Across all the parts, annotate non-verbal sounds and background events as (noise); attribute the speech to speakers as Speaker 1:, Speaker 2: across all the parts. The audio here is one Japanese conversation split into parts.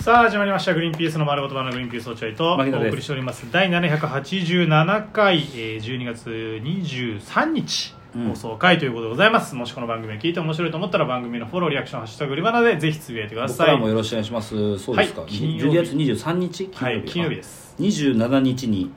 Speaker 1: さあ始まりました「グリーンピースの丸言葉のグリーンピース落合」とお
Speaker 2: 牧野です
Speaker 1: 送りしております第787回、えー、12月23日
Speaker 2: うん
Speaker 1: 放送回ということでございます、もしこの番組を聞いて面白いと思ったら番組のフォローリアクション「ハッシュタググリバナ」でぜひつぶやいてくだ
Speaker 2: 僕
Speaker 1: さ
Speaker 2: か
Speaker 1: い
Speaker 2: らもよろしくお願いしますそうですか、
Speaker 1: はい金曜日
Speaker 2: 12月23日金曜日,、
Speaker 1: はい金曜日です
Speaker 2: 27日に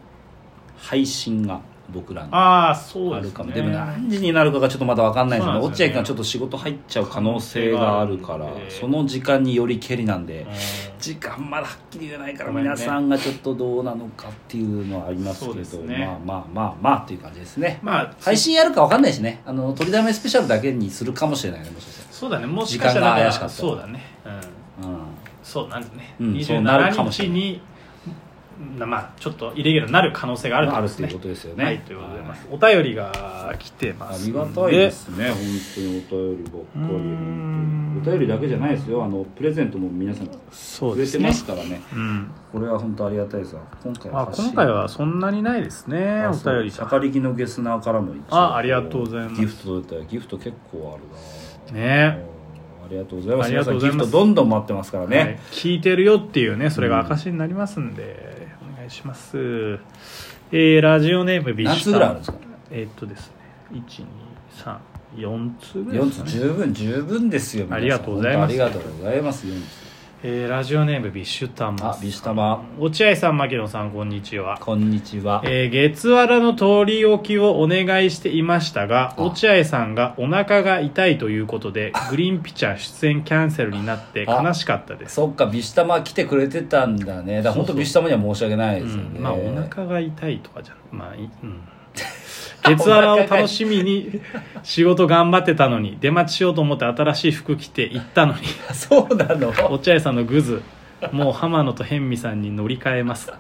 Speaker 2: 配信が僕らの
Speaker 1: あ
Speaker 2: あ
Speaker 1: あそうで
Speaker 2: る
Speaker 1: す
Speaker 2: かも
Speaker 1: ね
Speaker 2: で,、も何時になるかがちょっとまだ分かんないですね
Speaker 1: そうなんです
Speaker 2: 落
Speaker 1: よね
Speaker 2: 合君はちょっと仕事入っちゃう可能性があるから
Speaker 1: 可能性があるんで
Speaker 2: その時間によりけりなんで、
Speaker 1: うん
Speaker 2: 時間まだはっきり言えないから
Speaker 1: ごめんね
Speaker 2: 皆さんがちょっとどうなのかっていうのはあります
Speaker 1: そう
Speaker 2: け
Speaker 1: です
Speaker 2: ど、
Speaker 1: ね
Speaker 2: まあまあまあまあっていう感じですね
Speaker 1: まあ
Speaker 2: 配信やるか分かんないしねあの取りだめスペシャルだけにするかもしれないねもしかし
Speaker 1: そうだねもしかしたら
Speaker 2: 時間が怪しかった
Speaker 1: そうだねうん
Speaker 2: たら、うん、
Speaker 1: そうなんですね、
Speaker 2: うんそうなるか
Speaker 1: 27
Speaker 2: もし
Speaker 1: 日
Speaker 2: れ
Speaker 1: になまあちょっとイレギュラーになる可能性がある
Speaker 2: あ
Speaker 1: とで
Speaker 2: るっ
Speaker 1: す
Speaker 2: てい
Speaker 1: ね
Speaker 2: うことですよね
Speaker 1: はいということでございますお便りが来てま
Speaker 2: あ
Speaker 1: す
Speaker 2: り
Speaker 1: ん
Speaker 2: がたいですね本当にお便りばっかり
Speaker 1: う
Speaker 2: 本
Speaker 1: ん
Speaker 2: 当にお便りだけじゃないですよあのプレゼントも皆さんく
Speaker 1: そうで
Speaker 2: れ
Speaker 1: す
Speaker 2: て
Speaker 1: ね
Speaker 2: ますからね
Speaker 1: うん
Speaker 2: これは本当ありがたいですわ今回
Speaker 1: まあ
Speaker 2: は発信
Speaker 1: 今回はそんなにないですね
Speaker 2: あ
Speaker 1: お
Speaker 2: そう
Speaker 1: 便り
Speaker 2: シ
Speaker 1: が
Speaker 2: ャカリキのゲスナーからも一応
Speaker 1: あありがとうございます
Speaker 2: ギフト届いたよギフト結構あるな
Speaker 1: ね
Speaker 2: ありがとうございます
Speaker 1: ありがとうございます
Speaker 2: 皆さんギフトどんどん待ってますからね、
Speaker 1: はい聞いてるよっていうねそれが証になりますんで、お願いしますえー、ラジオネームビ
Speaker 2: 何
Speaker 1: シ
Speaker 2: 通ぐらいあるん
Speaker 1: タ
Speaker 2: ですか
Speaker 1: えーっとですね1234通ぐらい
Speaker 2: 四
Speaker 1: ですかね
Speaker 2: 通十分十分ですよ皆さん
Speaker 1: ありがとうございます
Speaker 2: 本当ありがとうございます四通
Speaker 1: えーラジオネームビッシュタマ
Speaker 2: あビシタマ
Speaker 1: 落合さん牧野さんこんにちは、
Speaker 2: こんにちは
Speaker 1: えー月わらの取り置きをお願いしていましたが
Speaker 2: あ
Speaker 1: 落合さんがお腹が痛いということでグリーンピチャー出演キャンセルになって
Speaker 2: あ
Speaker 1: 悲しかったです、
Speaker 2: そっかビシタマ来てくれてたんだねだから本当ビシタマには申し訳ないですよね、
Speaker 1: うんまあお腹が痛いとかじゃまあいうん月わらを楽しみに仕事頑張ってたのに出待ちしようと思って新しい服着て行ったのに
Speaker 2: (laughs) そうなの
Speaker 1: 落合さんのグズもう浜野と辺見さんに乗り換えます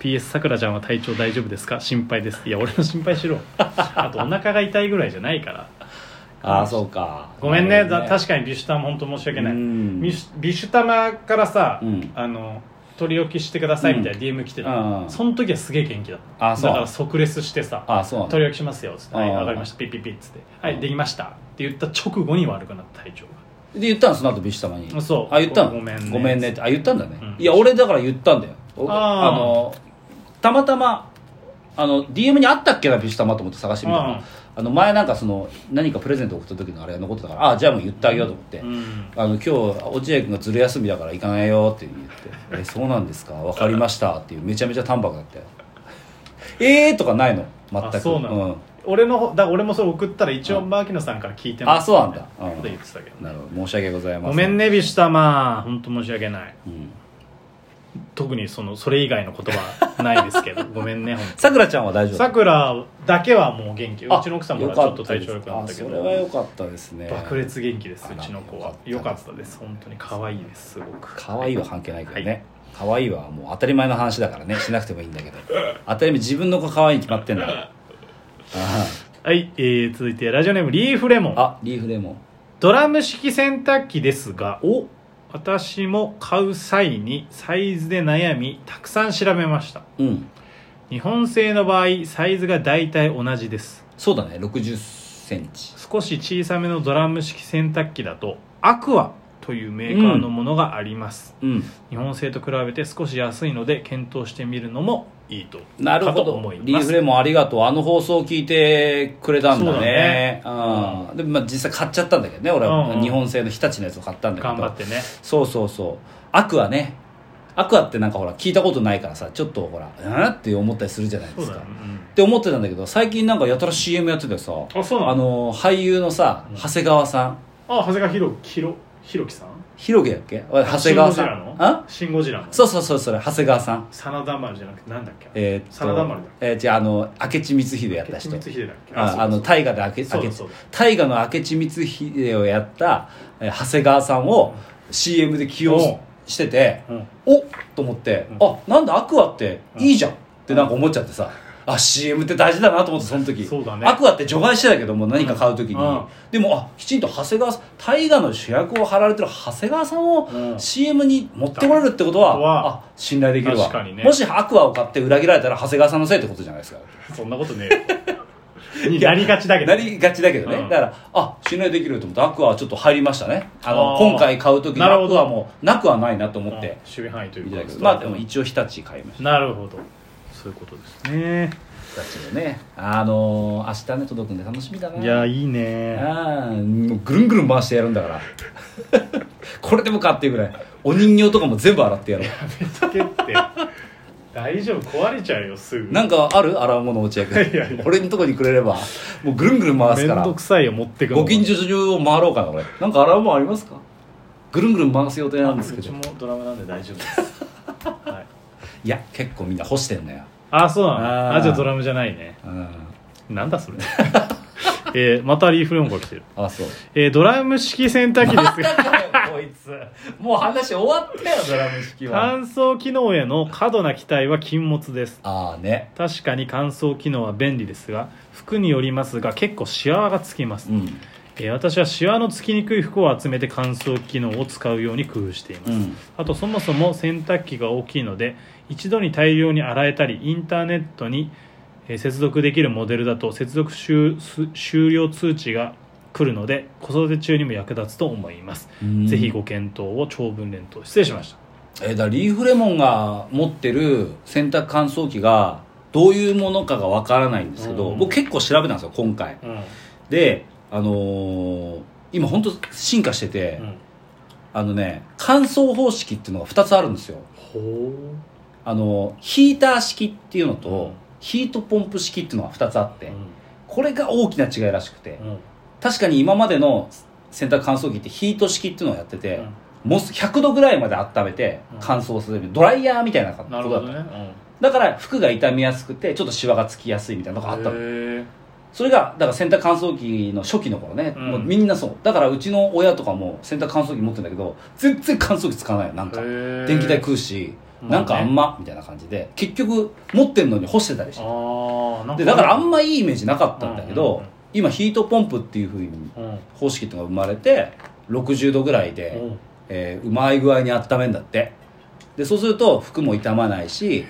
Speaker 1: PS さくらちゃんは体調大丈夫ですか心配ですいや俺の心配しろあとお腹が痛いぐらいじゃないから
Speaker 2: ああそうか
Speaker 1: ごめんねだ
Speaker 2: か
Speaker 1: 確かにビシュタマ本当申し訳ない
Speaker 2: うん
Speaker 1: ビシュビシュタマからさ、
Speaker 2: うん
Speaker 1: あの取り置きしてくださいみたいな DM 来てた、
Speaker 2: うん
Speaker 1: その時はすげえ元気だった
Speaker 2: あそう
Speaker 1: だから即レスしてさ
Speaker 2: ああそうなんだ
Speaker 1: 取り置きしますよっつって「はい
Speaker 2: うん
Speaker 1: わかりましたピッピッピ」っつって「は
Speaker 2: う
Speaker 1: い
Speaker 2: ん
Speaker 1: できました」って言った直後に悪くなった体調が
Speaker 2: で言ったのその後ビシタマに
Speaker 1: あそう
Speaker 2: あ言ったの
Speaker 1: ごめんね
Speaker 2: ごめんねってあ言ったんだね、
Speaker 1: うん
Speaker 2: いや俺だから言ったんだよお
Speaker 1: あー
Speaker 2: のたまたまあの DM にあったっけなビシタマと思って探してみたら、
Speaker 1: うん
Speaker 2: あの前なんかその何かプレゼント送った時のあれが残ってたからああじゃあもう言ってあげようと思って、
Speaker 1: うん
Speaker 2: あの今日落合君がずる休みだから行かないよって言って「えそうなんですか分かりました」っていうめちゃめちゃ淡白だったよ (laughs) 「えー」とかないの全く
Speaker 1: あそうなの
Speaker 2: ん
Speaker 1: 俺の方だ俺もそれ送ったら一応
Speaker 2: うん
Speaker 1: 牧野さんから聞いて
Speaker 2: あ
Speaker 1: ます
Speaker 2: そうなんだ、う
Speaker 1: こと言っ
Speaker 2: ん、
Speaker 1: てたけどね
Speaker 2: なるほど申し訳ございません
Speaker 1: ごめん、ねビシュタマ本当申し訳ない
Speaker 2: うん
Speaker 1: 特にそのそれ以外の言葉ないですけど
Speaker 2: (laughs)
Speaker 1: ごめんねほんと
Speaker 2: さくらちゃんは大丈夫
Speaker 1: さくらだけはもう元気う
Speaker 2: あ
Speaker 1: ちの奥さんもほらちょっと体調良くなったけ
Speaker 2: よかですあそれは良
Speaker 1: ど
Speaker 2: かったですね
Speaker 1: 爆裂元気です
Speaker 2: あ
Speaker 1: う
Speaker 2: ら
Speaker 1: ちの子は良
Speaker 2: よ
Speaker 1: か
Speaker 2: か
Speaker 1: っ
Speaker 2: った
Speaker 1: です本当に可愛いですすごく
Speaker 2: 可愛いは関係ないけど
Speaker 1: はい
Speaker 2: ね、可愛いはもう当たり前の話だからねしなくてもいいんだ
Speaker 1: (laughs)
Speaker 2: けど当たり前自分の子可愛いに決まってんだからあ
Speaker 1: はい、えー続いてラジオネームリーフレモン
Speaker 2: あリーフレモン
Speaker 1: ドラム式洗濯機ですが
Speaker 2: お
Speaker 1: 私も買う際にサイズで悩みたくさん調べました
Speaker 2: うん
Speaker 1: 日本製の場合サイズが大体同じです
Speaker 2: そうだね6 0ンチ
Speaker 1: 少し小さめのドラム式洗濯機だとアクアというメーカーのものがあります、
Speaker 2: うん
Speaker 1: 日本製と比べて少し安いので検討してみるのもいいと
Speaker 2: なるほ
Speaker 1: かと思
Speaker 2: ど
Speaker 1: い
Speaker 2: リ
Speaker 1: ま
Speaker 2: ー
Speaker 1: す
Speaker 2: フレモンありがとうあの放送を聞いてくれたんだねう
Speaker 1: ね
Speaker 2: んでもまあ実際買っちゃったんだけどね俺は、
Speaker 1: うんうん
Speaker 2: 日本製の日立のやつを買ったんだけど
Speaker 1: 頑張ってね
Speaker 2: そうそうそうアクアねアクアってなんかほら聞いたことないからさちょっとほらうんって思ったりするじゃないで
Speaker 1: そう
Speaker 2: す
Speaker 1: だ
Speaker 2: か
Speaker 1: ね、
Speaker 2: って思ってたんだけど最近なんかやたら CM やっててさ
Speaker 1: うんあそうな
Speaker 2: あ
Speaker 1: の
Speaker 2: の俳優のさ長谷川さん
Speaker 1: あ長谷川博己博博己さん
Speaker 2: 広げだっけ俺長谷
Speaker 1: シン・ゴ
Speaker 2: 川さん
Speaker 1: ジラの
Speaker 2: あ
Speaker 1: シン・ゴジラの
Speaker 2: そうそうそうそれ長谷川さん
Speaker 1: 真田丸じゃなくてなんだっけ
Speaker 2: えー、っ
Speaker 1: 真田丸だ
Speaker 2: と、えー、じゃああの明智光秀やった人
Speaker 1: 明智光秀だっけ
Speaker 2: ああの大河で明
Speaker 1: そうだ
Speaker 2: 明
Speaker 1: そうだ
Speaker 2: 大河の明智光秀をやったえー長谷川さんを CM で起用ししてて
Speaker 1: そううん
Speaker 2: おっと思って、
Speaker 1: うん
Speaker 2: あなんだアクアっていいじゃんってなんか思っちゃってさ、あ CM って大事だなと思ってその時
Speaker 1: そうだね
Speaker 2: アクアって除外してたけども何か買う時に、
Speaker 1: うんうん
Speaker 2: でもあきちんと長谷川さん大河の主役を張られてる長谷川さんを
Speaker 1: うん
Speaker 2: CM に持ってこられるってことは、
Speaker 1: うん
Speaker 2: あ信頼できるわ
Speaker 1: 確かにね
Speaker 2: (laughs) もしアクアを買って裏切られたら長谷川さんのせいってことじゃないですか
Speaker 1: そんなことねえよになりがちだけど
Speaker 2: なりがちだけどね、
Speaker 1: うん
Speaker 2: だからあ信頼できると思ってアクアはちょっと入りましたねあの
Speaker 1: あー
Speaker 2: 今回買う時の
Speaker 1: なる
Speaker 2: ア
Speaker 1: ほ
Speaker 2: ク
Speaker 1: ど
Speaker 2: アもなくはないなと思っ
Speaker 1: あ
Speaker 2: て
Speaker 1: 守備範囲とい
Speaker 2: 見
Speaker 1: う
Speaker 2: て
Speaker 1: か
Speaker 2: たけどまあでも一応日立買いました
Speaker 1: なるほどそういうことですね
Speaker 2: 日立もねあのー明日ね届くんで楽しみだない
Speaker 1: やいいね
Speaker 2: あーもうぐるんぐるん回してやるんだから (laughs) これでもかっていうぐらいお人形とかも全部洗ってやろう
Speaker 1: つけって大丈夫壊れちゃうよすぐ
Speaker 2: なんかある洗う物落 (laughs) 合君
Speaker 1: いやいや
Speaker 2: 俺のとこにくれればもうぐるんぐるん回す
Speaker 1: めん
Speaker 2: から
Speaker 1: どくさいよ持ってくの
Speaker 2: ご近所中を回ろうかな俺なんか洗うもんありますかぐるんぐるん回す予定なんですけ
Speaker 1: うち
Speaker 2: ど
Speaker 1: もドラムなんで大丈夫
Speaker 2: (laughs)
Speaker 1: です、はい、
Speaker 2: いや結構みんな干してんのよ
Speaker 1: あそうなの
Speaker 2: あー
Speaker 1: あじゃあドラムじゃないね
Speaker 2: うん
Speaker 1: なんだそれ (laughs) えーまたリーフレモンが来てる、
Speaker 2: あそう (laughs)
Speaker 1: えードラム式洗濯機ですが
Speaker 2: こいつもう話終わったよドラム式は
Speaker 1: 乾燥機能への過度な期待は禁物です
Speaker 2: ああね
Speaker 1: 確かに乾燥機能は便利ですが服によりますが結構シワがつきます、
Speaker 2: うん
Speaker 1: えー私はシワのつきにくい服を集めて乾燥機能を使うように工夫しています、
Speaker 2: うん
Speaker 1: あとそもそも洗濯機が大きいので一度に大量に洗えたりインターネットにえー接続できるモデルだと接続終す終了通知が来るので子育て中にも役立つと思います、
Speaker 2: うん
Speaker 1: ぜひご検討を長文連投失礼しました
Speaker 2: えだからリーフレモンが持ってる洗濯乾燥機がどういうものかがわからないんですけど、
Speaker 1: うん
Speaker 2: 僕結構調べたんですよ今回
Speaker 1: うん、
Speaker 2: であのー今本当進化してて、あのね乾燥方式っていうのが2つあるんですよ
Speaker 1: ほ
Speaker 2: あのヒーター式っていうのと、
Speaker 1: うん
Speaker 2: ヒートポンプ式っていうのが2つあって、
Speaker 1: う
Speaker 2: これが大きな違いらしくて、確かに今までの洗濯乾燥機ってヒート式っていうのをやってて、もう100度ぐらいまで温めて
Speaker 1: うん
Speaker 2: 乾燥する、ドライヤーみたいなこと
Speaker 1: な
Speaker 2: だっ
Speaker 1: る
Speaker 2: た
Speaker 1: ほどね、
Speaker 2: だから服が傷みやすくてちょっとシワがつきやすいみたいなのがあったのそれがだから洗濯乾燥機の初期の頃ね、
Speaker 1: うん
Speaker 2: もうみんなそうだからうちの親とかも洗濯乾燥機持ってるんだけど全然乾燥機使わないのなんか電気代食うし、なんかあん
Speaker 1: ま
Speaker 2: まみたいな感じで結局持ってんのに干してたりして
Speaker 1: あ
Speaker 2: でだからあん
Speaker 1: ま
Speaker 2: まいいイメージなかったんだけ
Speaker 1: う
Speaker 2: ど、
Speaker 1: んうんうん
Speaker 2: 今ヒートポンプっていうふうに方式っていうのが生まれて60度ぐらいで、えーうまい具合に温めんだってでそうすると服も傷まないし、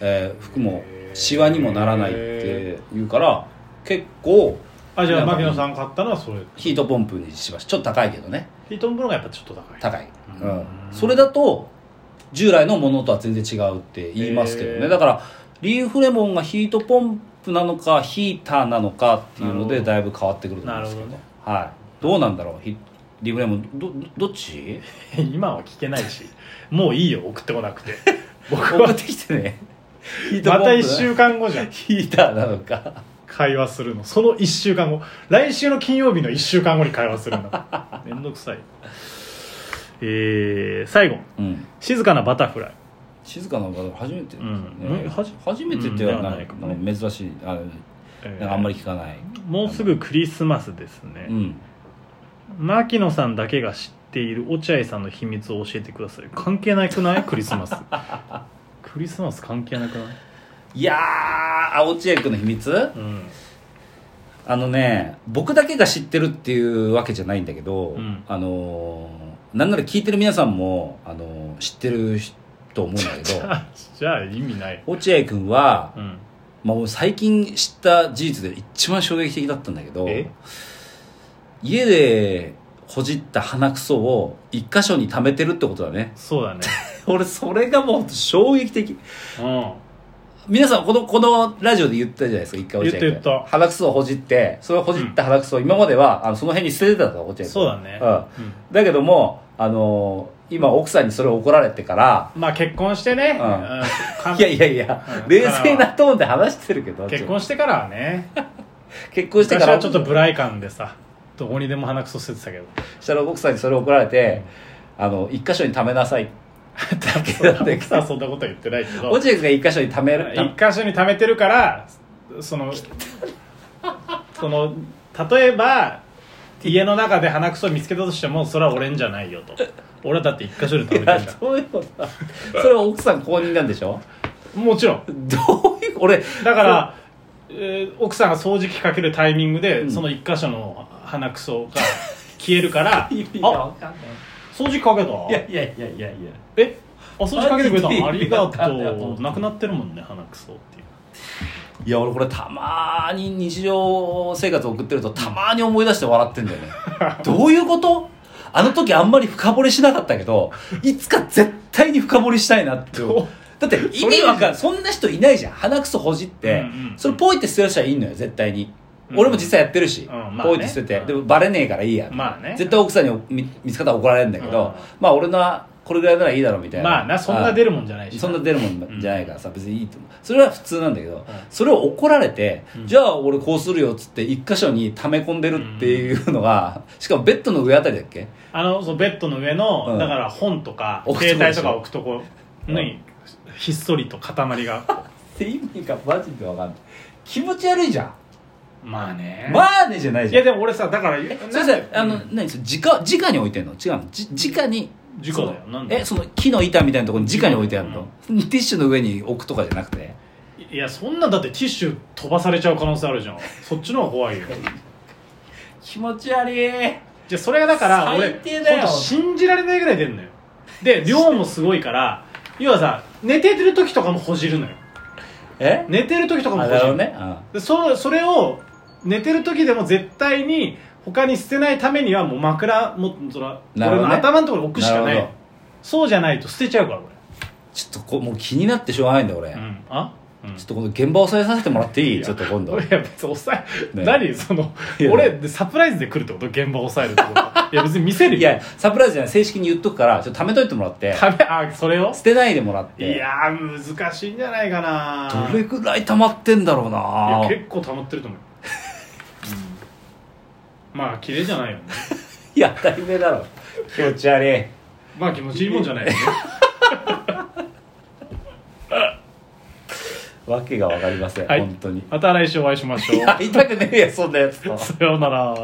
Speaker 2: えー服もシワにもならないっていうから結構
Speaker 1: あじゃあ
Speaker 2: なんか
Speaker 1: 牧野さん買ったのはそれ
Speaker 2: ヒートポンプにしましたちょっと高いけどね
Speaker 1: ヒートンブロがやっぱちょっと高い
Speaker 2: 高い、う
Speaker 1: うん
Speaker 2: ん、それだと従来のものとは全然違うって言いますけど
Speaker 1: へ
Speaker 2: ね
Speaker 1: ー
Speaker 2: だからリーフレモンがヒートポンプなのかヒーターなのかっていうの
Speaker 1: なる
Speaker 2: で
Speaker 1: ほど
Speaker 2: だいぶ変わってくると思うんですけど
Speaker 1: なる
Speaker 2: はい、どうなんだろうヒリーフレモンどどどっち
Speaker 1: 今は聞けないしもういいよ送ってこなくて僕
Speaker 2: 送
Speaker 1: は
Speaker 2: ってきてねヒートポン
Speaker 1: ま
Speaker 2: プ
Speaker 1: た1週間後じゃん
Speaker 2: ヒーターなのか
Speaker 1: 会話するのその1週間後来週の金曜日の1週間後に会話するのめんどくさいえー、最後
Speaker 2: うん
Speaker 1: 静かなバタフライ
Speaker 2: 静かなのが初めてですね、
Speaker 1: うん
Speaker 2: はじ初めてって言わ
Speaker 1: うん
Speaker 2: な
Speaker 1: で
Speaker 2: い、
Speaker 1: はないか
Speaker 2: 珍しいあ
Speaker 1: えー
Speaker 2: なんかあんまり聞かない、
Speaker 1: もうすぐクリスマスですね、
Speaker 2: うん
Speaker 1: 牧野さんだけが知っている落合さんの秘密を教えてください関係なくないクリス
Speaker 2: (laughs)
Speaker 1: マスクリスマス関係なくない
Speaker 2: いやーあ落合君の秘密
Speaker 1: うん
Speaker 2: あのね僕だけが知ってるっていうわけじゃないんだけど、
Speaker 1: うん
Speaker 2: あのーなんなら聞いてる皆さんも、あのー知ってると思うんだけ
Speaker 1: じゃ
Speaker 2: ど
Speaker 1: あ (laughs) じゃあ意味ない
Speaker 2: 落合君は、
Speaker 1: うん
Speaker 2: まあ、もう最近知った事実で一番衝撃的だったんだけど
Speaker 1: え
Speaker 2: 家でほじった鼻くそを一箇所に溜めてるってことだね (laughs)
Speaker 1: そうだね
Speaker 2: 俺それがもう衝撃的
Speaker 1: うん
Speaker 2: 皆さんこのこのラジオで言ったじゃないですか一回落合君
Speaker 1: 言った言った
Speaker 2: 鼻くそをほじってそれをほじった鼻くそを今までは、あのその辺に捨ててたと落合君
Speaker 1: そうだね、
Speaker 2: うん
Speaker 1: うん
Speaker 2: だけどもあのー今奥さんにそれを怒られてから
Speaker 1: まあ結婚してね、
Speaker 2: うん
Speaker 1: うん
Speaker 2: いやいやいや、
Speaker 1: うん
Speaker 2: 冷静なトーンで話してるけど
Speaker 1: 結婚してからはね
Speaker 2: 結婚してか
Speaker 1: 昔
Speaker 2: ら
Speaker 1: はちょっとブライ感でさどこにでも鼻くそ捨てて
Speaker 2: (laughs)
Speaker 1: たけど
Speaker 2: したら奥さんにそれを怒られて、あの一箇所に溜めなさい
Speaker 1: (laughs)
Speaker 2: だけだって
Speaker 1: さ (laughs) そんなことは言ってないけど
Speaker 2: 落合君が一箇所に溜める
Speaker 1: 一箇所に貯めてるからそ
Speaker 2: (laughs)
Speaker 1: のその例えば家の中で鼻くそ見つけたとしてもそれは俺んじゃないよと俺はだって一箇所で貯めてる
Speaker 2: い
Speaker 1: んだ
Speaker 2: や (laughs) そういうことそれは奥さん公認なんでしょ
Speaker 1: もちろん
Speaker 2: どういう俺
Speaker 1: だから、えー奥さんが掃除機かけるタイミングで、
Speaker 2: うん
Speaker 1: その一箇所の鼻くそが (laughs) 消えるからあ
Speaker 2: 意味がわ
Speaker 1: 掃
Speaker 2: かんない
Speaker 1: 除機かけた
Speaker 2: いやいやいやいや
Speaker 1: えあ掃除機かけてくれた
Speaker 2: 意味
Speaker 1: のありが
Speaker 2: わかんないと思っ
Speaker 1: と
Speaker 2: て
Speaker 1: うなくなってるもんね鼻くそっていう
Speaker 2: いや俺これたまに日常生活送ってるとたまに思い出して笑ってんだよ
Speaker 1: (laughs)
Speaker 2: ねどういうことあの時あんまり深掘りしなかったけどいつか絶対に深掘りしたいなって
Speaker 1: どう
Speaker 2: だって意味わかんそんな人いないじゃん鼻くそほじって、
Speaker 1: うんうん
Speaker 2: それポイって捨てる人はいいのよ絶対に、
Speaker 1: うん
Speaker 2: 俺も実際やってるし、
Speaker 1: うんまあね
Speaker 2: ポイって捨てて、
Speaker 1: うん
Speaker 2: でもバレねえからいいや、
Speaker 1: まあね
Speaker 2: 絶対奥さんに見見つかったら怒られるんだけど、
Speaker 1: うん
Speaker 2: まあ俺のはこれぐらいならいいだろうみたいな
Speaker 1: まあなそんな出るもんじゃないし
Speaker 2: そんな出るもんじゃないからさ、別にいいと思うそれは普通なんだけど、それを怒られて、
Speaker 1: うん
Speaker 2: じゃあ俺こうするよっつって一箇所に溜め込んでるっていうのが、しかもベッドの上あたりだっけ
Speaker 1: あのそうベッドの上の、
Speaker 2: うん
Speaker 1: だから本とか
Speaker 2: 置くとこ
Speaker 1: 携帯とか置くとこに、
Speaker 2: うん
Speaker 1: ひっそりと塊が (laughs) こ
Speaker 2: って意味がマジでわかんない気持ち悪いじゃん、
Speaker 1: うまあね
Speaker 2: まあねじゃない
Speaker 1: い
Speaker 2: じゃ
Speaker 1: や
Speaker 2: ん
Speaker 1: でも俺さだから
Speaker 2: えそれさあの、
Speaker 1: うん
Speaker 2: 何それ直直に置いてんの違うのじ直に
Speaker 1: 直だよなんで
Speaker 2: えその木の板みたいなところに直に置いてあるの、ティッシュの上に置くとかじゃなくて
Speaker 1: いやそんなんだってティッシュ飛ばされちゃう可能性あるじゃんそっちの方が怖い
Speaker 2: (laughs)
Speaker 1: よ
Speaker 2: 気持ち悪い
Speaker 1: じゃあそれがだから俺
Speaker 2: 最低だ
Speaker 1: ほ
Speaker 2: よ
Speaker 1: んと信じられないぐらい出るのよ
Speaker 2: (laughs)
Speaker 1: で量もすごいから要はさ寝てる時とかもほじるのよ
Speaker 2: え
Speaker 1: 寝てる時とかも
Speaker 2: あ
Speaker 1: ほじ
Speaker 2: なるほ
Speaker 1: る
Speaker 2: どね、うん
Speaker 1: でそそれを寝てる時でも絶対に他に捨てないためにはもう枕もその、
Speaker 2: な
Speaker 1: 俺
Speaker 2: るほどね
Speaker 1: の頭のところに置くしかな
Speaker 2: なるほ
Speaker 1: い
Speaker 2: ど
Speaker 1: そうじゃないと捨てちゃうから
Speaker 2: ちょっとこうもう気になってしょうがないんだ俺、
Speaker 1: 俺、うん、あ、うん
Speaker 2: ちょっとこの現場押さえさせてもらっていい
Speaker 1: いや
Speaker 2: ちょっと今度
Speaker 1: (laughs) いや別に抑え、
Speaker 2: ね
Speaker 1: 何その
Speaker 2: いや
Speaker 1: 俺サプライズで来るってこと現場抑えるってこと
Speaker 2: (laughs)
Speaker 1: いや別に見せるよ
Speaker 2: いやサプライズじゃない正式に言っとくからちょっと貯めといてもらって
Speaker 1: 食べあそれを
Speaker 2: 捨てないでもらっ
Speaker 1: い
Speaker 2: て
Speaker 1: やー難しいんじゃないかな
Speaker 2: どれぐらい溜まってんだろうない
Speaker 1: や結構溜まってると思うよ、うんまあ綺麗じゃないよね
Speaker 2: いや当たり前
Speaker 1: (laughs)
Speaker 2: だろ気持ち悪い
Speaker 1: まあ気持ちいいもんじゃないよね
Speaker 2: わけがわかりません、
Speaker 1: はい
Speaker 2: 本当に
Speaker 1: また来週お会いしましょ
Speaker 2: いや痛くねえよそんなやつ
Speaker 1: うさようなら